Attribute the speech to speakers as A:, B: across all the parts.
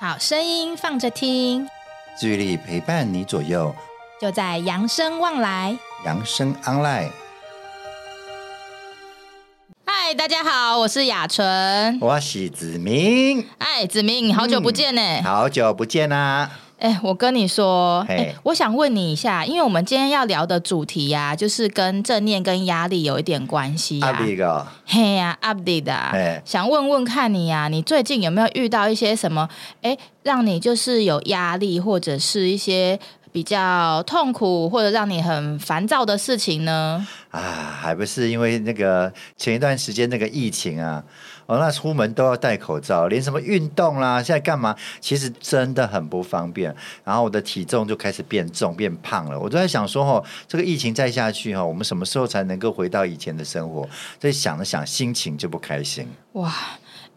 A: 好声音放着听，
B: 治愈力陪伴你左右，
A: 就在扬声望来。
B: 扬声 online。
A: 嗨，大家好，我是雅纯。
B: 我是子明，
A: 哎，子明，好久不见呢、
B: 嗯好久不见啊啦、
A: 哎、我跟你说，哎、
B: 嘿
A: 我想问你一下，因为我们今天要聊的主题呀、就是跟正念跟压力有一点关系呀、
B: 阿比哥，
A: 嘿呀、u p d a t e 啊
B: 哎，
A: 想问问看你呀、你最近有没有遇到一些什么？哎、让你就是有压力，或者是一些比较痛苦，或者让你很烦躁的事情呢？
B: 啊，还不是因为那个前一段时间那个疫情啊，哦，那出门都要戴口罩，连什么运动啦，现在干嘛，其实真的很不方便。然后我的体重就开始变重变胖了，我都在想说，哦，这个疫情再下去，哦，我们什么时候才能够回到以前的生活？所以想了想，心情就不开心。
A: 哇，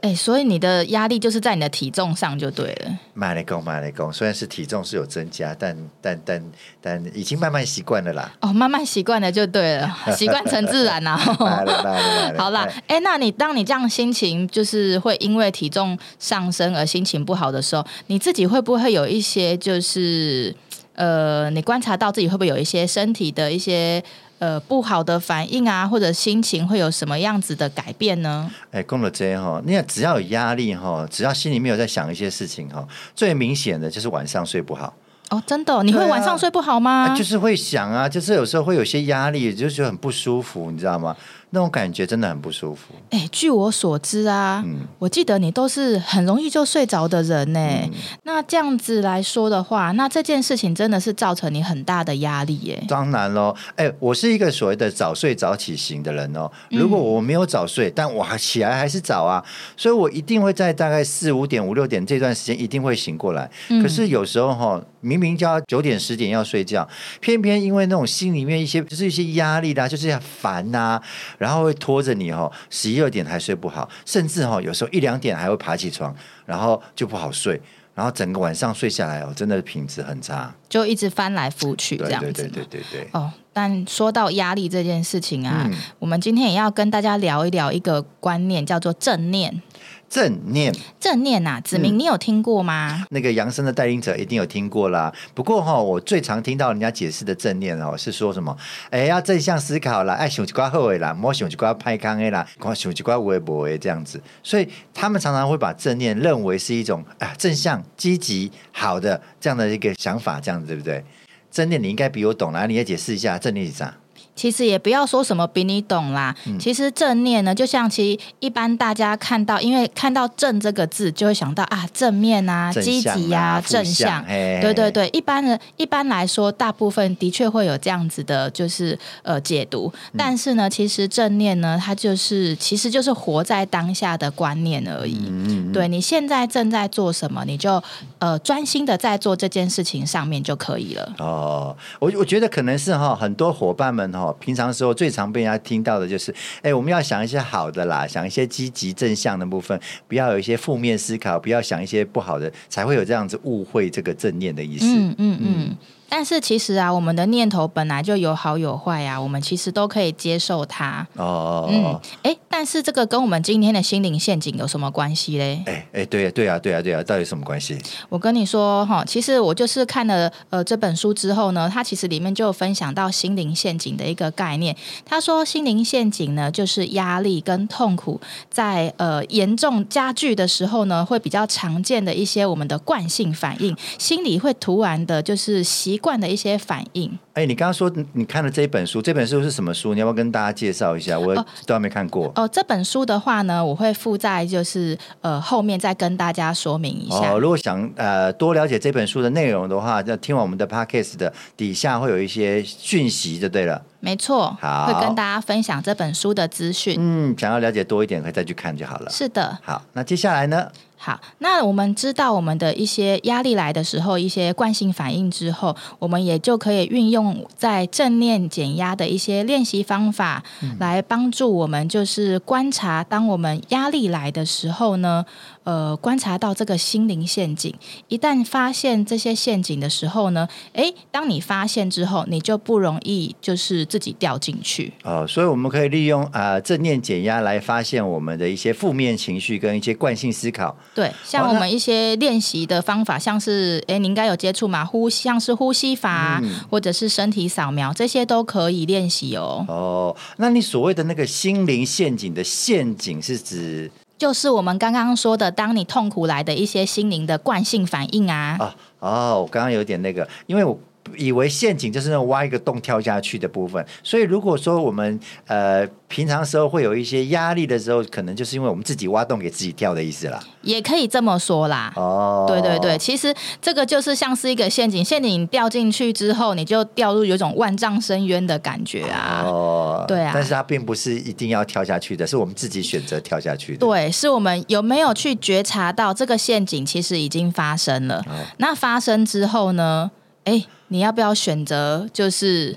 A: 哎、所以你的压力就是在你的体重上就对了。
B: 买了工，买了工，虽然是体重是有增加，但但但但已经慢慢习惯了啦。
A: 哦，慢慢习惯了就对了，习惯成自然啦、
B: 买了买了 买了，
A: 哦好啦
B: 哎，
A: 哎、那你当你这样心情就是会因为体重上升而心情不好的时候，你自己会不会有一些就是呃，你观察到自己会不会有一些身体的一些呃不好的反应啊，或者心情会有什么样子的改变呢？
B: 哎，讲了这哈，你看只要有压力哈，只要心里面有在想一些事情哈，最明显的就是晚上睡不好，
A: 哦，真的哦、你会
B: 对啊
A: 晚上睡不好吗？
B: 啊就是会想啊，就是有时候会有些压力，就觉得很不舒服，你知道吗？那种感觉真的很不舒服。
A: 哎、据我所知啊，
B: 嗯
A: 我记得你都是很容易就睡着的人呢、
B: 嗯
A: 那这样子来说的话，那这件事情真的是造成你很大的压力耶、
B: 当然喽，哎，我是一个所谓的早睡早起型的人哦。
A: 嗯
B: 如果我没有早睡，但我还起来还是早啊，所以我一定会在大概四五点、五六点这段时间一定会醒过来。
A: 嗯
B: 可是有时候哈、明明就要九点、十点要睡觉，偏偏因为那种心里面一些就是一些压力啦、啊就是烦呐、然后会拖着你哈、哦，十一二点还睡不好，甚至哈、哦、有时候一两点还会爬起床，然后就不好睡。然后整个晚上睡下来哦，真的品质很差。
A: 就一直翻来覆去
B: 对
A: 这样子
B: 对
A: 嘛。
B: 对对对对。
A: 哦，但说到压力这件事情啊，
B: 嗯
A: 我们今天也要跟大家聊一聊一个观念，叫做正念。
B: 正念
A: 正念啊，子
B: 嗯
A: 明，你有听过吗？
B: 那个扬声的带领者一定有听过啦。不过哈、我最常听到人家解释的正念哦，是说什么？哎，要正向思考啦，哎，想一瓜后的啦，莫想一瓜拍康的啦，光想一瓜微博的这样子。所以他们常常会把正念认为是一种啊正向、积极、好的这样的一个想法，这样子对不对？正念你应该比我懂啦，你也解释一下正念是啥？
A: 其实也不要说什么比你懂啦。
B: 嗯
A: 其实正念呢，就像其实一般大家看到，因为看到“正”这个字，就会想到啊，正面啊、
B: 正
A: 积
B: 向
A: 极啊、
B: 啊
A: 正
B: 负向
A: 向。
B: 嘿
A: 对对对，一般人一般来说，大部分的确会有这样子的，就是呃解读。
B: 嗯
A: 但是呢，其实正念呢，它就是其实就是活在当下的观念而已。
B: 嗯
A: 对你现在正在做什么，你就呃专心的在做这件事情上面就可以了。
B: 哦，我我觉得可能是哈，很多伙伴们哈，平常时候最常被人家听到的就是，哎，我们要想一些好的啦，想一些积极正向的部分，不要有一些负面思考，不要想一些不好的，才会有这样子误会这个正念的意思。
A: 嗯嗯嗯。但是其实啊，我们的念头本来就有好有坏啊，我们其实都可以接受它。
B: 哦，
A: 嗯，哎、但是这个跟我们今天的心灵陷阱有什么关系嘞？
B: 哎哎，对呀、对呀、对呀、对呀、到底有什么关系？
A: 我跟你说哈，其实我就是看了呃这本书之后呢，它其实里面就有分享到心灵陷阱的一个概念。他说心灵陷阱呢，就是压力跟痛苦在呃严重加剧的时候呢，会比较常见的一些我们的惯性反应，心里会突然的就是习惯的一些反应。
B: 哎，你刚刚说你你看了这一本书，这本书是什么书？你要不要跟大家介绍一下？我都还没看过。
A: 哦，这本书的话呢，我会附在就是呃后面再跟大家说明一下。
B: 哦，如果想呃多了解这本书的内容的话，要听完我们的 podcast 的底下会有一些讯息就对了。
A: 没错，
B: 好
A: 会跟大家分享这本书的资讯。
B: 嗯，想要了解多一点，可以再去看就好了。
A: 是的，
B: 好，那接下来呢？
A: 好，那我们知道我们的一些压力来的时候，一些惯性反应之后，我们也就可以运用用在正念减压的一些练习方法，来帮助我们就是观察，当我们压力来的时候呢，呃，观察到这个心灵陷阱。一旦发现这些陷阱的时候呢，诶，当你发现之后，你就不容易就是自己掉进去。
B: 哦，所以我们可以利用啊、呃正念减压来发现我们的一些负面情绪跟一些惯性思考。
A: 对，像
B: 哦
A: 我
B: 那
A: 们一些练习的方法，像是诶，你应该有接触嘛，呼吸，像是呼吸法啊、
B: 嗯
A: 或者是身体扫描，这些都可以练习哦。
B: 哦，那你所谓的那个心灵陷阱的陷阱是指
A: 就是我们刚刚说的，当你痛苦来的一些心灵的惯性反应啊，
B: 啊？哦，我刚刚有点那个，因为我。以为陷阱就是那种挖一个洞跳下去的部分，所以如果说我们呃平常时候会有一些压力的时候，可能就是因为我们自己挖洞给自己跳的意思啦。
A: 也可以这么说啦。
B: 哦，
A: 对对对，，其实这个就是像是一个陷阱，陷阱掉进去之后，你就掉入有一种万丈深渊的感觉啊。
B: 哦，
A: 对啊
B: 但是它并不是一定要跳下去的，是我们自己选择跳下去的。
A: 对，是我们有没有去觉察到这个陷阱其实已经发生了？
B: 哦
A: 那发生之后呢？哎，你要不要选择就是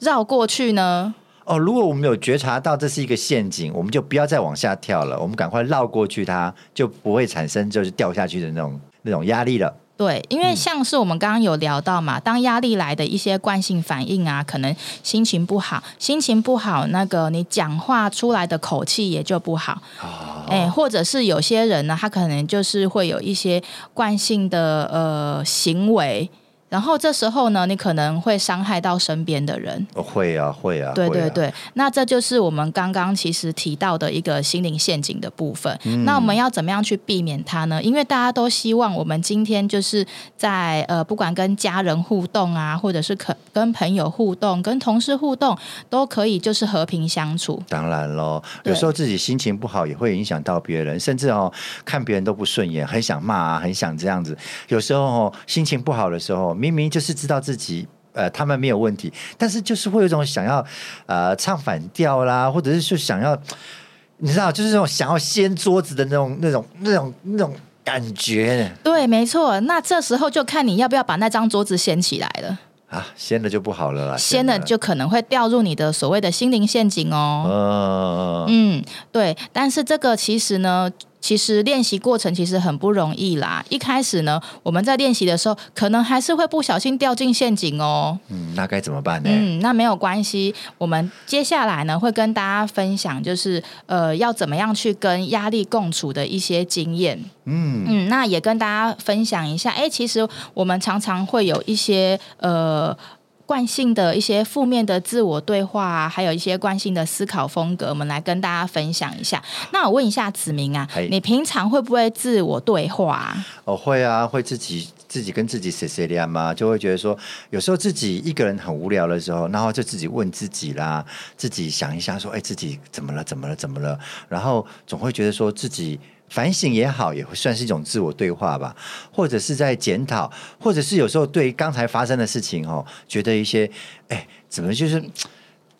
A: 绕过去呢？
B: 哦，如果我们有觉察到这是一个陷阱，我们就不要再往下跳了，我们赶快绕过去它，就不会产生就是掉下去的那种那种压力了。
A: 对，因为像是我们刚刚有聊到嘛，当压力来的一些惯性反应啊，可能心情不好，心情不好，那个你讲话出来的口气也就不好，哎、或者是有些人呢，他可能就是会有一些惯性的呃行为，然后这时候呢，你可能会伤害到身边的人。
B: 哦会啊，会啊，
A: 对
B: 会
A: 对
B: 啊。
A: 对，那这就是我们刚刚其实提到的一个心灵陷阱的部分。那我们要怎么样去避免它呢？因为大家都希望我们今天就是在呃，不管跟家人互动啊，或者是可跟朋友互动、跟同事互动，都可以就是和平相处。
B: 当然喽，
A: 对
B: 有时候自己心情不好也会影响到别人，甚至哦看别人都不顺眼，很想骂啊，很想这样子。有时候哦心情不好的时候，明明就是知道自己。呃，他们没有问题，但是就是会有一种想要呃唱反调啦，或者是就想要，你知道，就是那种想要掀桌子的那种、那种、那种、那种感觉
A: 对，没错。那这时候就看你要不要把那张桌子掀起来了，
B: 啊，掀了就不好了啦，
A: 啊掀了就可能会掉入你的所谓的心灵陷阱哦。
B: 呃，
A: 嗯，对，但是这个其实呢。其实练习过程其实很不容易啦。一开始呢，我们在练习的时候，可能还是会不小心掉进陷阱哦。
B: 嗯，那该怎么办呢？
A: 嗯，那没有关系。我们接下来呢，会跟大家分享，就是呃，要怎么样去跟压力共处的一些经验。
B: 嗯
A: 嗯，那也跟大家分享一下。哎，其实我们常常会有一些呃。惯性的一些负面的自我对话、啊，还有一些惯性的思考风格，我们来跟大家分享一下。那我问一下子明啊
B: 嗨，
A: 你平常会不会自我对话啊、
B: 哦，会啊，会自己自己跟自己 say say 呀嘛，就会觉得说，有时候自己一个人很无聊的时候，然后就自己问自己啦，自己想一下说，哎，自己怎么了？怎么了？怎么了？然后总会觉得说自己。反省也好，也会算是一种自我对话吧，或者是在检讨，或者是有时候对刚才发生的事情哦，觉得一些，哎，怎么就是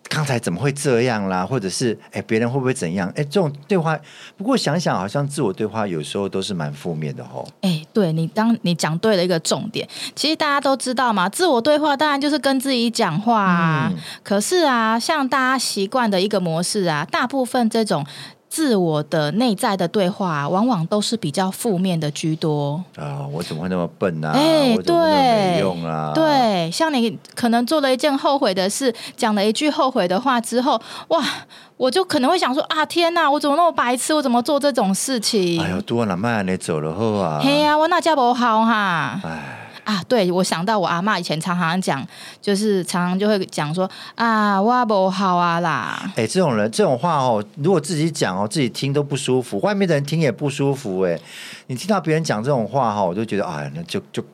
B: 刚才怎么会这样啦？或者是哎，别人会不会怎样？哎，这种对话，不过想想好像自我对话有时候都是蛮负面的哦。
A: 哎，对你当你讲对了一个重点，其实大家都知道嘛，自我对话当然就是跟自己讲话啊。
B: 嗯
A: 可是啊，像大家习惯的一个模式啊，大部分这种自我的内在的对话啊、往往都是比较负面的居多。
B: 啊、我怎么会那么笨啊？
A: 哎
B: 我怎么会那么没
A: 对
B: 用啊？，
A: 对，像你可能做了一件后悔的事，讲了一句后悔的话之后，哇，我就可能会想说啊，天哪，我怎么那么白痴？我怎么做这种事情？
B: 哎呦，多了慢你走了后啊，
A: 嘿呀、我那家不好哈。
B: 哎，
A: 啊，对，我想到我阿妈以前常常讲，就是常常就会讲说啊，我不好啊啦。
B: 哎，这种人这种话哦，如果自己讲哦，自己听都不舒服，外面的人听也不舒服。哎，你听到别人讲这种话哈、哦，我就觉得哎，那就就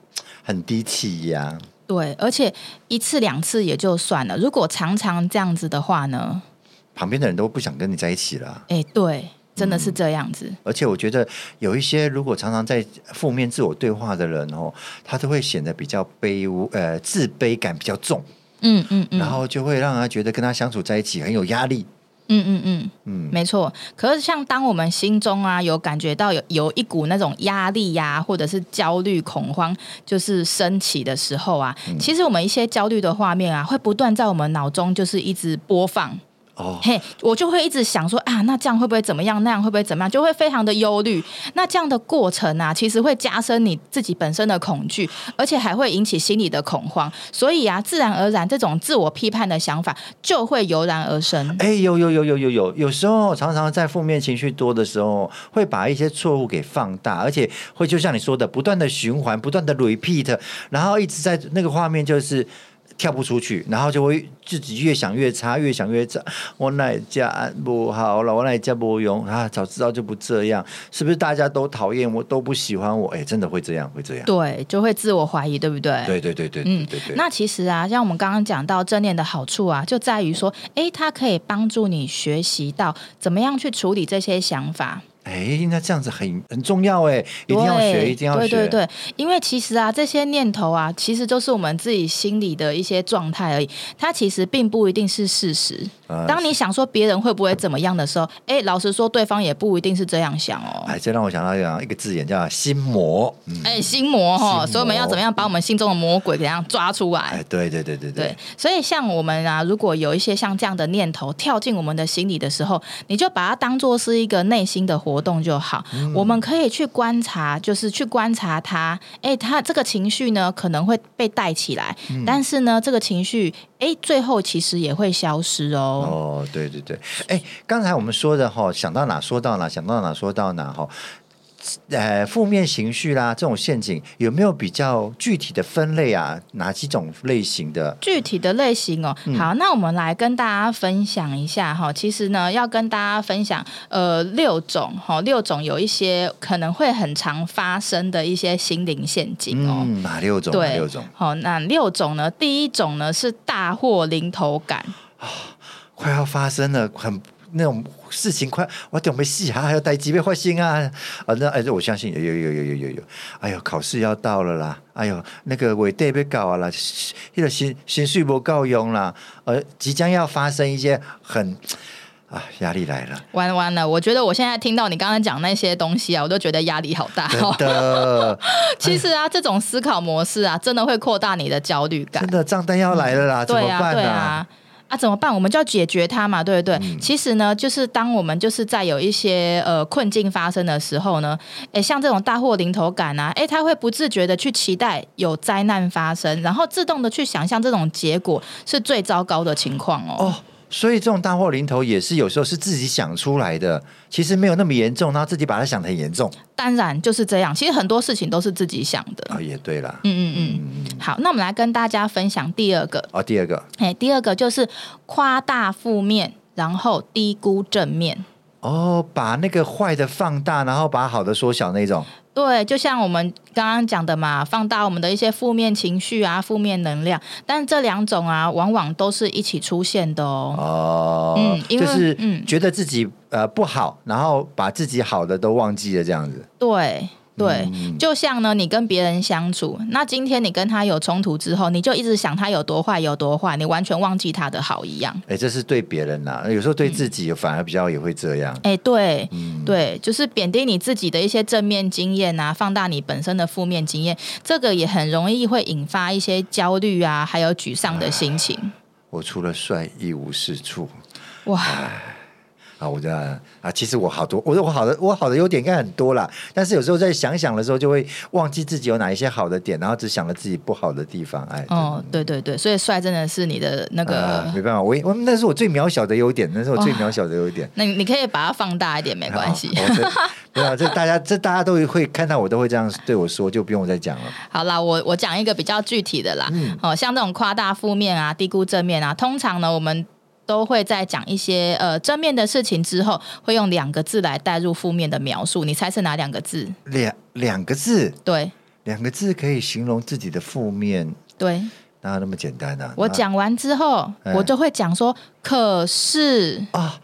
B: 很低气压、
A: 对，而且一次两次也就算了，如果常常这样子的话呢，
B: 旁边的人都不想跟你在一起了。
A: 哎，对，真的是这样子。
B: 而且我觉得有一些如果常常在负面自我对话的人哦，他都会显得比较卑污，呃，自卑感比较重，
A: 嗯嗯嗯，
B: 然后就会让他觉得跟他相处在一起很有压力。
A: 嗯嗯嗯，
B: 嗯，
A: 没错。可是像当我们心中啊有感觉到有有一股那种压力呀、或者是焦虑、恐慌，就是升起的时候啊，
B: 嗯
A: 其实我们一些焦虑的画面啊，会不断在我们脑中就是一直播放。
B: 哦，
A: 嘿，我就会一直想说啊，那这样会不会怎么样？那样会不会怎么样？就会非常的忧虑。那这样的过程啊，其实会加深你自己本身的恐惧，而且还会引起心理的恐慌。所以啊，自然而然这种自我批判的想法就会油然而生。
B: 哎，有有有有有有，有时候常常在负面情绪多的时候，会把一些错误给放大，而且会就像你说的，不断的循环，不断的 repeat，然后一直在那个画面就是。跳不出去，然后就会自己越想越差，越想越差。我哪一家不好了，我哪一家不用啊？早知道就不这样，是不是大家都讨厌我，都不喜欢我？哎，真的会这样，会这样。
A: 对，就会自我怀疑，对不对？
B: 对对对对，
A: 嗯
B: 对对对。
A: 那其实啊，像我们刚刚讲到正念的好处啊，就在于说，诶，它可以帮助你学习到怎么样去处理这些想法。
B: 哎，那这样子很很重要哎，一定要学，
A: 对
B: 一定要学。
A: 对对对，因为其实啊，这些念头啊，其实就是我们自己心里的一些状态而已，它其实并不一定是事实。
B: 啊
A: 当你想说别人会不会怎么样的时候，诶，老实说，对方也不一定是这样想哦。
B: 哎，这让我想到一个一个字眼叫心魔。嗯，
A: 哎，心魔
B: 心
A: 哈，
B: 魔
A: 所以我们要怎么样把我们心中的魔鬼给它抓出来？
B: 哎，对对对对
A: 对，所以像我们啊，如果有一些像这样的念头跳进我们的心里的时候，你就把它当做是一个内心的活动就好。我们可以去观察，就是去观察它。哎，它这个情绪呢，可能会被带起来，但是呢，这个情绪，哎，最后其实也会消失哦。
B: 哦，对对对，哎，刚才我们说的哈，想到哪说到哪，想到哪说到哪哈。呃，负面情绪啦，这种陷阱有没有比较具体的分类啊？哪几种类型的？
A: 具体的类型哦，
B: 嗯
A: 好，那我们来跟大家分享一下哈。其实呢，要跟大家分享呃六种哈，六种有一些可能会很常发生的一些心灵陷阱哦。
B: 嗯，哪六种？哪
A: 对
B: 六种？
A: 好，那六种呢？第一种呢是大祸临头感，
B: 快要发生了，很那种事情快，我准备戏啊，还有待几倍坏心啊啊！那哎，我相信有有有有有有有，哎呦，考试要到了啦，哎呦，那个尾队被搞啊啦，那个心心绪不够用啦，呃，即将要发生一些很啊压 力来了。
A: 完完了！我觉得我现在听到你刚刚讲那些东西啊，我都觉得压力好大、
B: 真
A: 哦。
B: 的，
A: 其实啊，这种思考模式啊，真的会扩大你的焦虑 感
B: 真。的账单要来了啦，怎么
A: 对啊，
B: 办
A: 对
B: 呢、
A: 啊。啊，怎么办？我们就要解决它嘛，对不对？其实呢，就是当我们就是在有一些呃困境发生的时候呢，诶，像这种大祸临头感啊，诶，他会不自觉的去期待有灾难发生，然后自动的去想象这种结果是最糟糕的情况哦。
B: 哦，所以这种大祸临头也是有时候是自己想出来的，其实没有那么严重，然后自己把它想得很严重
A: 当然就是这样，其实很多事情都是自己想的。
B: 啊、也对啦。
A: 嗯嗯嗯。好，那我们来跟大家分享第二个，
B: 哦，第二个，
A: 哎，第二个就是夸大负面，然后低估正面。
B: 哦，把那个坏的放大，然后把好的缩小那种。
A: 对，就像我们刚刚讲的嘛，放大我们的一些负面情绪啊、负面能量，但这两种啊，往往都是一起出现的哦。
B: 哦，
A: 嗯因为
B: 就是
A: 嗯
B: 觉得自己、呃不好，然后把自己好的都忘记了这样子。
A: 对。对，就像呢，你跟别人相处，那今天你跟他有冲突之后，你就一直想他有多坏，有多坏，你完全忘记他的好一样。
B: 哎，这是对别人啦、有时候对自己反而比较也会这样。
A: 哎，对，对，就是贬低你自己的一些正面经验啊，放大你本身的负面经验，这个也很容易会引发一些焦虑啊，还有沮丧的心情。
B: 我除了帅一无是处
A: 哇，
B: 啊！我的啊，其实我好多，我我好的我好的优点应该很多啦，但是有时候在想想的时候，就会忘记自己有哪一些好的点，然后只想了自己不好的地方。哎，
A: 哦，对对对，所以帅真的是你的那个，
B: 啊，没办法，我我那是我最渺小的优点，那是我最渺小的优点。
A: 那你你可以把它放大一点，没关系。
B: 哦 这没有，这大家这大家都会看到我都会这样对我说，就不用我再讲了。
A: 好啦，我我讲一个比较具体的啦，
B: 嗯
A: 哦，像这种夸大负面啊、低估正面啊，通常呢我们。都会在讲一些呃正面的事情之后，会用两个字来带入负面的描述。你猜是哪两个字？
B: 两两个字，
A: 对
B: 两个字可以形容自己的负面，
A: 对，
B: 哪有那么简单呢、啊？
A: 我讲完之后，
B: 哎
A: 我就会讲说，可是
B: 啊，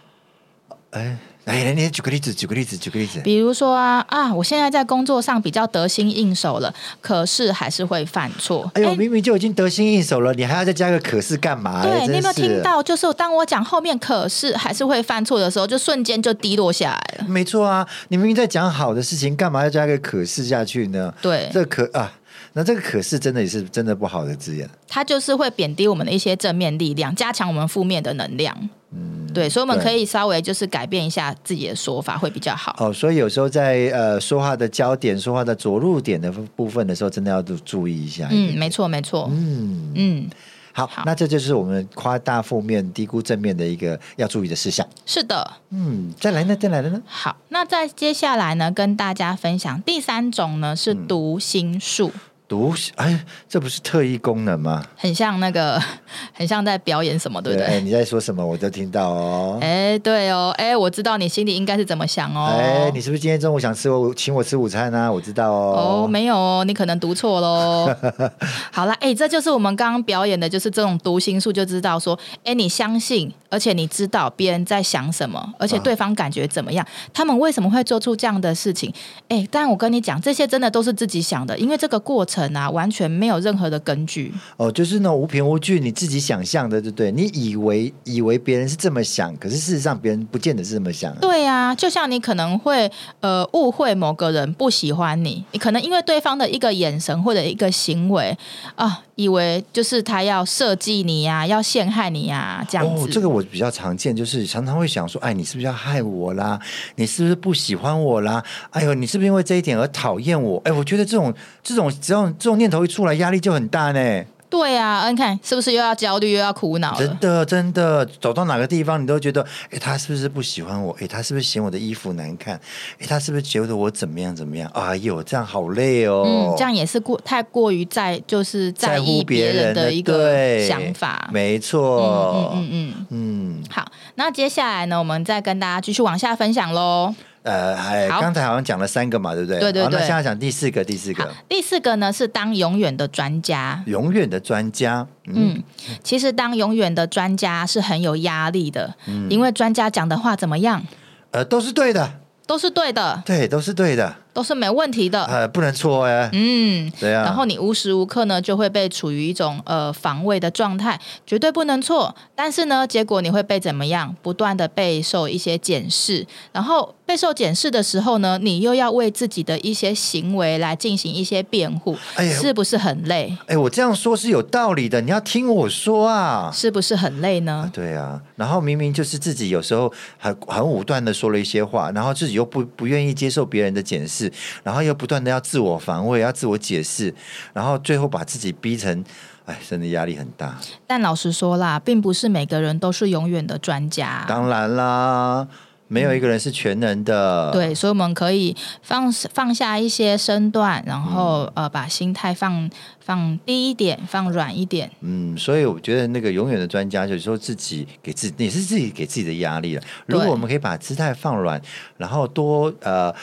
B: 哎，哎，你举个例子，举个例子，举个例子。
A: 比如说啊啊，我现在在工作上比较得心应手了，可是还是会犯错。
B: 哎呦，明明就已经得心应手了，你还要再加个可是干嘛？啊
A: 对，
B: 哎真
A: 你有没有
B: 是
A: 听？到？就是当我讲后面可是还是会犯错的时候，就瞬间就低落下来了。
B: 没错啊，你明明在讲好的事情，干嘛要加个可是下去呢？
A: 对，
B: 这可啊，那这个可是真的也是真的不好的字眼。
A: 它就是会贬低我们的一些正面力量，加强我们负面的能量。嗯，对，所以我们
B: 对
A: 可以稍微就是改变一下自己的说法，会比较好。
B: 哦，所以有时候在呃说话的焦点、说话的着陆点的部分的时候，真的要注意一下。
A: 嗯，没错，没错。
B: 嗯，
A: 嗯，
B: 好，
A: 好
B: 那这就是我们夸大负面、低估正面的一个要注意的事项。
A: 是的。
B: 嗯，再来呢，再来了呢。
A: 好，那再接下来呢，跟大家分享第三种呢
B: 嗯
A: 是读心术，
B: 读，哎，这不是特异功能吗？
A: 很像那个， 很像在表演什么，对不
B: 哎
A: 对？
B: 你在说什么？我都听到哦。
A: 哎、对哦，哎、我知道你心里应该是怎么想哦。
B: 哎，你是不是今天中午想吃我请我吃午餐啊？我知道
A: 哦，
B: 哦。
A: 没有哦，你可能读错喽。好啦，哎、这就是我们刚刚表演的，就是这种读心术，就知道说，哎、你相信，而且你知道别人在想什么，而且对方感觉怎么样，他们为什么会做出这样的事情？哎、但我跟你讲，这些真的都是自己想的，因为这个过程啊，完全没有任何的根据。
B: 哦，就是呢，无凭无据，你自己想象的，对不对？你以为以为别人是这么想，可是事实上别人不见得是这么想啊。
A: 对啊，就像你可能会呃误会某个人不喜欢你，你可能因为对方的一个眼神或者一个行为啊，以为就是他要设计你呀、要陷害你呀、这样子。
B: 哦，这个我比较常见，就是常常会想说，哎，你是不是要害我啦？你是不是不喜欢我啦？哎呦，你是不是因为这一点而讨厌我？哎，我觉得这种这种只要这种念头一出来，压力就很大呢。
A: 对啊，啊你看是不是又要焦虑又要苦恼
B: 真
A: 了？
B: 的真的，走到哪个地方，你都觉得，哎，他是不是不喜欢我？哎，他是不是嫌我的衣服难看？哎，他是不是觉得我怎么样怎么样？哎呦，这样好累哦。
A: 嗯，这样也是过太过于在就是在
B: 在
A: 意
B: 乎别
A: 人
B: 的
A: 一个
B: 对
A: 想法。
B: 没
A: 嗯
B: 错。
A: 嗯嗯嗯，
B: 嗯
A: 好，那接下来呢，我们再跟大家继续往下分享喽。
B: 呃，哎，
A: 好
B: 刚才好像讲了三个嘛，对不对？
A: 对对
B: 好那
A: 对
B: 现在讲第四个，第四
A: 好
B: 个，，
A: 第四个呢是当永远的专家。
B: 永远的专家。嗯，
A: 嗯，其实当永远的专家是很有压力的，
B: 嗯
A: 因为专家讲的话怎么样
B: 呃，都是对的，啊
A: 都是对的，
B: 对，都是对的，
A: 都是没问题的。
B: 呃，不能错哎。
A: 嗯，
B: 对啊，
A: 然后你无时无刻呢就会被处于一种呃防卫的状态，绝对不能错。但是呢，结果你会被怎么样？不断的备受一些检视，然后备受检视的时候呢，你又要为自己的一些行为来进行一些辩护，
B: 哎呀
A: 是不是很累？
B: 哎，我这样说是有道理的，你要听我说啊。
A: 是不是很累呢？
B: 对啊，然后明明就是自己有时候很很武断的说了一些话，然后自己又不不愿意接受别人的检视，然后又不断的要自我防卫，要自我解释，然后最后把自己逼成，哎，真的压力很大。
A: 但老实说啦，并不是每个人都是永远的专家。
B: 当然啦，没有一个人是全能的。
A: 对，所以我们可以放放下一些身段，然后、
B: 嗯
A: 呃，把心态放放低一点，放软一点。
B: 嗯，所以我觉得那个永远的专家，就是说自己给自己，也是自己给自己的压力了。如果我们可以把姿态放软，然后多呃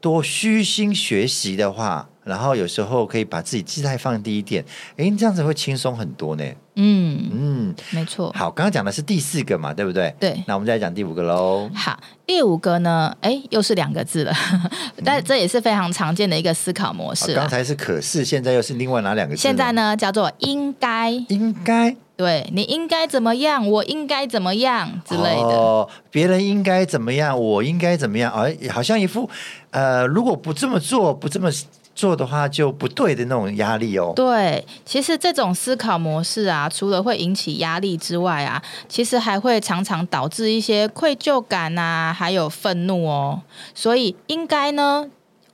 B: 多虚心学习的话，然后有时候可以把自己姿态放低一点，诶，这样子会轻松很多呢。
A: 嗯，
B: 嗯，
A: 没错。
B: 好，刚刚讲的是第四个嘛，对不对？
A: 对
B: 那我们再讲第五个喽。
A: 好，第五个呢，哎，又是两个字了， 但这也是非常常见的一个思考模
B: 好
A: 式
B: 嗯啊哦刚
A: 啦。
B: 才是可是，现在又是另外哪两个字？
A: 啊现在？呢，叫做应该，
B: 应该
A: 对你应该怎么样，我应该怎么样之类的。
B: 哦，别人应该怎么样，我应该怎么样，而、好像一副呃，如果不这么做，不这么做的话就不对的那种压力哦。
A: 对，其实这种思考模式啊，除了会引起压力之外啊，其实还会常常导致一些愧疚感啊，还有愤怒哦。所以应该呢，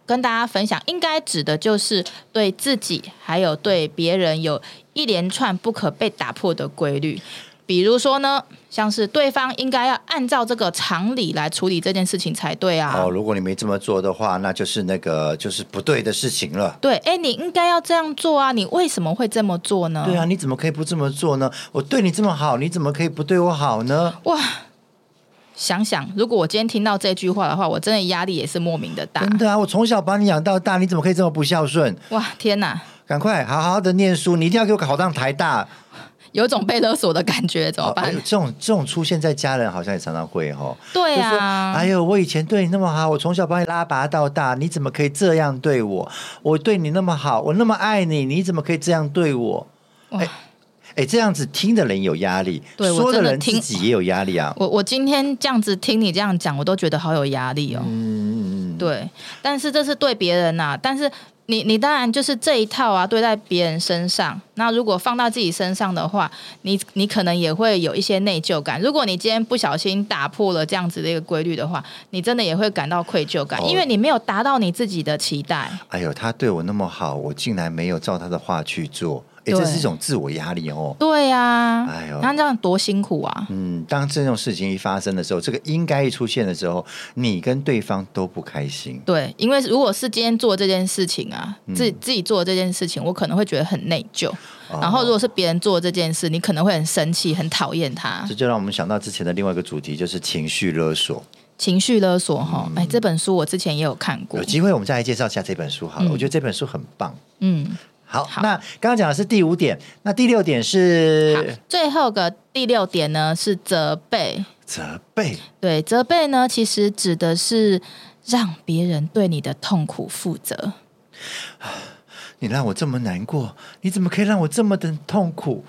A: 跟大家分享，应该指的就是对自己还有对别人有一连串不可被打破的规律。比如说呢，像是对方应该要按照这个常理来处理这件事情才对啊。
B: 哦，如果你没这么做的话，那就是那个就是不对的事情了。
A: 对，哎，你应该要这样做啊，你为什么会这么做呢？
B: 对啊，你怎么可以不这么做呢？我对你这么好，你怎么可以不对我好呢？
A: 哇，想想，如果我今天听到这句话的话，我真的压力也是莫名的大。
B: 真的啊，我从小把你养到大，你怎么可以这么不孝顺？
A: 哇，天哪！
B: 赶快好好的念书，你一定要给我考上台大，
A: 有种被勒索的感 觉，怎么
B: 哎
A: 办
B: 呦？这种这种出现在家人好像也常常会哈、哦。
A: 对
B: 就说
A: 啊，
B: 哎呦，我以前对你那么好，我从小把你拉拔到大，你怎么可以这样对我？我对你那么好，我那么爱你，你怎么可以这样对我？
A: 哇
B: 哎，这样子听的人有压力，
A: 对我
B: 说
A: 真的
B: 人自
A: 听
B: 己也有压力啊。
A: 我我今天这样子听你这样讲，我都觉得好有压力哦。
B: 嗯，嗯嗯
A: 对，但是这是对别人呐、但是你你当然就是这一套啊，对在别人身上。那如果放到自己身上的话，你你可能也会有一些内疚感。如果你今天不小心打破了这样子的一个规律的话，你真的也会感到愧疚感，
B: 哦
A: 因为你没有达到你自己的期待。
B: 哎呦，他对我那么好，我竟然没有照他的话去做，哎，
A: 对
B: 这是一种自我压力哦。
A: 对呀、啊，
B: 哎呦
A: 那这样多辛苦啊！
B: 嗯，当这种事情一发生的时候，这个应该一出现的时候，你跟对方都不开心。
A: 对，因为如果是今天做这件事情啊，
B: 嗯
A: 自己自己做这件事情，我可能会觉得很内疚。
B: 哦
A: 然后如果是别人做这件事，你可能会很生气、很讨厌他。
B: 这就让我们想到之前的另外一个主题，就是情绪勒索。
A: 情绪勒索哈，哎、这本书我之前也有看过
B: 嗯有，机会我们再来介绍一下这本书好了，
A: 嗯
B: 我觉得这本书很棒。
A: 嗯，
B: 好，
A: 好
B: 那刚刚讲的是第五点，那第六点
A: 好
B: 是，
A: 最后个第六点呢是责备，
B: 责备。
A: 对，责备呢其实指的是让别人对你的痛苦负责，
B: 你让我这么难过，你怎么可以让我这么的痛苦？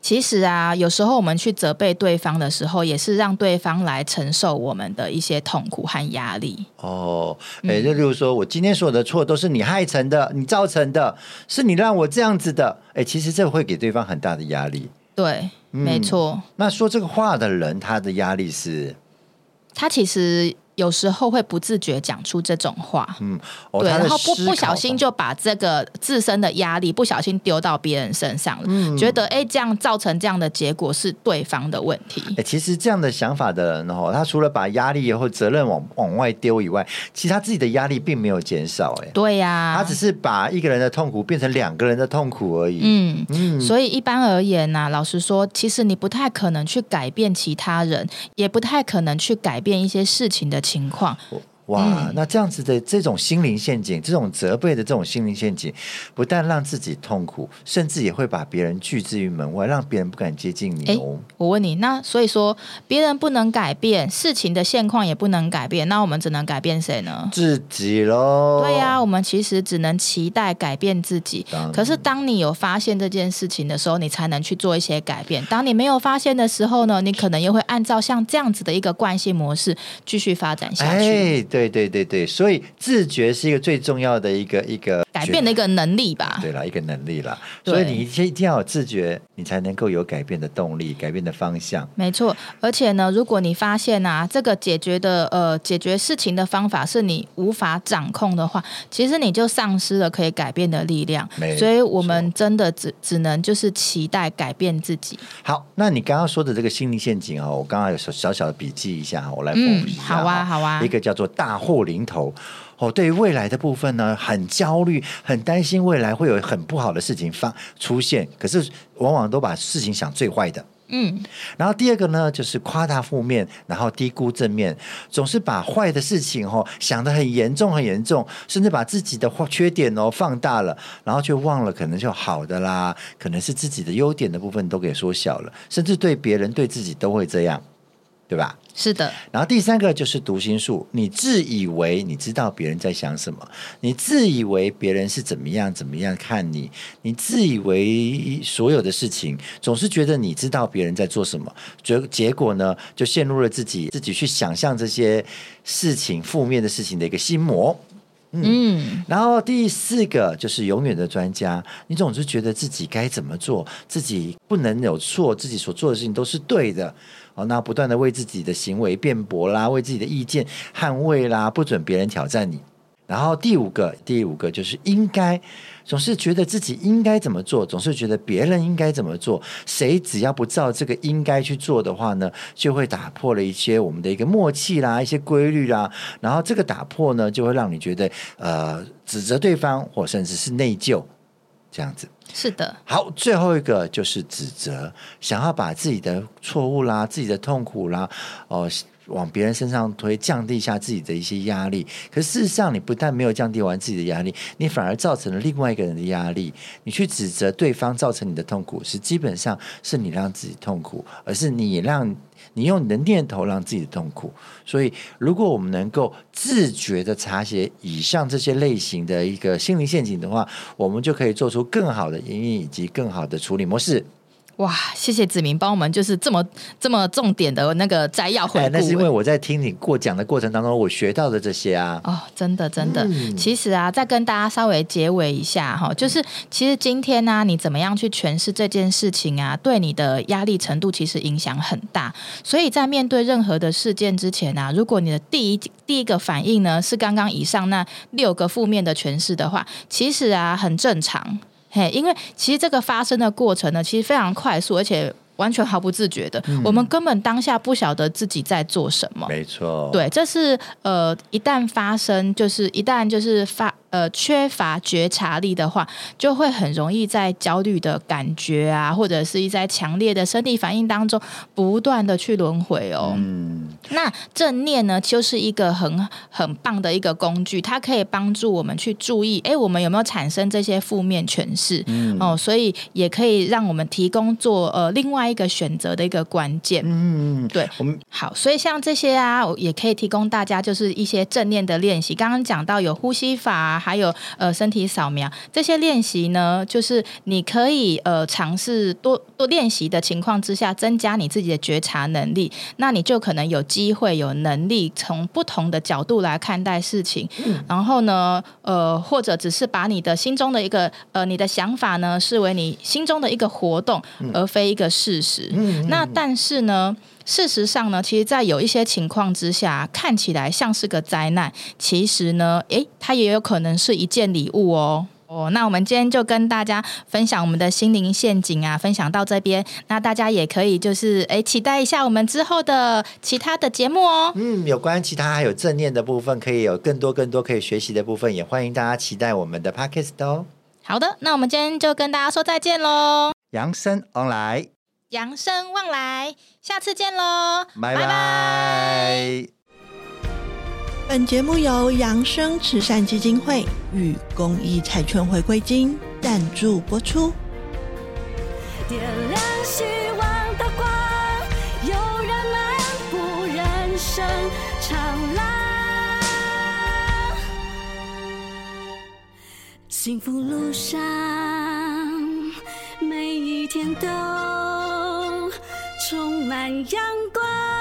A: 其实啊，有时候我们去责备对方的时候，也是让对方来承受我们的一些痛苦和压力。
B: 哦，
A: 嗯
B: 哎，就例如说我今天所有的错都是你害成的，你造成的，是你让我这样子的。哎，其实这会给对方很大的压力。
A: 对，
B: 嗯
A: 没错，
B: 那说这个话的人，他的压力是，
A: 他其实有时候会不自觉讲出这种话，
B: 嗯，哦，
A: 对，
B: 他的
A: 然后不
B: 思考
A: 不小心就把这个自身的压力不小心丢到别人身上了，
B: 嗯
A: 觉得哎、诶这样造成这样的结果是对方的问题。
B: 哎、其实这样的想法的人哦，他除了把压力或责任往往外丢以外，其实他自己的压力并没有减少、哎、
A: 对呀、
B: 他只是把一个人的痛苦变成两个人的痛苦而已。
A: 嗯，所以一般而言呐、老实说，其实你不太可能去改变其他人，也不太可能去改变一些事情的情况。嗯
B: 哇，那这样子的这种心灵陷阱，这种责备的这种心灵陷阱，不但让自己痛苦，甚至也会把别人拒之于门外，让别人不敢接近你
A: 哎
B: 哦。
A: 我问你，那所以说别人不能改变，事情的现况也不能改变，那我们只能改变谁呢？
B: 自己喽，
A: 对呀、我们其实只能期待改变自己
B: 哦当然。
A: 可是当你有发现这件事情的时候，你才能去做一些改变。当你没有发现的时候呢，你可能又会按照像这样子的一个惯性模式继续发展下去，
B: 哎，对对对对，所以自觉是一个最重要的一个一个
A: 改变的一个能力吧。
B: 对啦，一个能力啦，
A: 啊对
B: 所以你一定一定要有自觉，你才能够有改变的动力、改变的方向。
A: 没错，而且呢，如果你发现啊，这个解决的呃解决事情的方法是你无法掌控的话，其实你就丧失了可以改变的力量
B: 没。
A: 所以我们真的只只能就是期待改变自己。
B: 好，那你刚刚说的这个心灵陷阱哦，我刚刚有小小小的笔记一下，我来复
A: 嗯
B: 习一下哈、
A: 好啊好啊
B: 一个叫做大祸临头。哦，对于未来的部分呢，很焦虑，很担心未来会有很不好的事情发出现，可是往往都把事情想最坏的。
A: 嗯，
B: 然后第二个呢，就是夸大负面，然后低估正面，总是把坏的事情哦想得很严重很严重，甚至把自己的坏缺点哦放大了，然后却忘了可能就好的啦，可能是自己的优点的部分都给缩小了，甚至对别人对自己都会这样，对吧？
A: 是的。
B: 然后第三个就是读心术，你自以为你知道别人在想什么，你自以为别人是怎么样怎么样看你，你自以为所有的事情，总是觉得你知道别人在做什么，结结果呢，就陷入了自己自己去想象这些事情负面的事情的一个心魔。
A: 嗯，
B: 然后第四个就是永远的专家，你总是觉得自己该怎么做，自己不能有错，自己所做的事情都是对的。哦，那不断的为自己的行为辩驳啦，为自己的意见捍卫啦，不准别人挑战你。然后第五个，第五个就是应该，总是觉得自己应该怎么做，总是觉得别人应该怎么做。谁只要不照这个应该去做的话呢，就会打破了一些我们的一个默契啦，一些规律啦。然后这个打破呢，就会让你觉得呃指责对方，或甚至是内疚这样子。
A: 是的，
B: 好，最后一个就是指责，想要把自己的错误啦、自己的痛苦啦，哦、往别人身上推，降低一下自己的一些压力。可事实上，你不但没有降低完自己的压力，你反而造成了另外一个人的压力。你去指责对方造成你的痛苦，是基本上是你让自己痛苦，而是你让你用你的念头让自己痛苦。所以，如果我们能够自觉的察觉以上这些类型的一个心灵陷阱的话，我们就可以做出更好的营运以及更好的处理模式。
A: 哇，谢谢子明帮我们就是这么这么重点的那个摘要回顾、
B: 哎，那是因为我在听你过讲的过程当中，我学到的这些啊。
A: 哦，真的真的，其实啊，再跟大家稍微结尾一下哈，就是其实今天呢、啊你怎么样去诠释这件事情啊，对你的压力程度其实影响很大。所以在面对任何的事件之前啊，如果你的第一第一个反应呢是刚刚以上那六个负面的诠释的话，其实啊很正常。嘿，因为其实这个发生的过程呢，其实非常快速，而且完全毫不自觉的，我们根本当下不晓得自己在做什么。
B: 哦没错，，
A: 对，这是呃，一旦发生，就是一旦就是发呃缺乏觉察力的话，就会很容易在焦虑的感觉啊，或者是在强烈的生理反应当中不断的去轮回哦。
B: 嗯，
A: 那正念呢，就是一个很很棒的一个工具，它可以帮助我们去注意，哎，我们有没有产生这些负面诠释？哦，所以也可以让我们提供做呃另外一个选择的一个关键。嗯，对，
B: 我们
A: 好，所以像这些啊，我也可以提供大家就是一些正念的练习。刚刚讲到有呼吸法、啊，还有呃身体扫描这些练习呢，就是你可以呃尝试多多练习的情况之下，增加你自己的觉察能力，那你就可能有机会有能力从不同的角度来看待事情。然后呢，呃，或者只是把你的心中的一个呃你的想法呢，视为你心中的一个活动，而非一个事实。那但是呢，事实上呢，其实，在有一些情况之下，看起来像是个灾难，其实呢，诶，它也有可能是一件礼物哦。哦，那我们今天就跟大家分享我们的心灵陷阱啊，分享到这边，那大家也可以就是诶期待一下我们之后的其他的节目哦。
B: 嗯，有关其他还有正念的部分，可以有更多更多可以学习的部分，也欢迎大家期待我们的 podcast 哦。
A: 好的，那我们今天就跟大家说再见喽，
B: 扬声 online，
A: 扬生望来，下次见喽，
B: 拜拜。
C: 本节目由扬生慈善基金会与公益彩券回馈金赞助播出。
D: 点亮希望的光，有人漫步人生长廊，幸福路上每一天都充满阳光。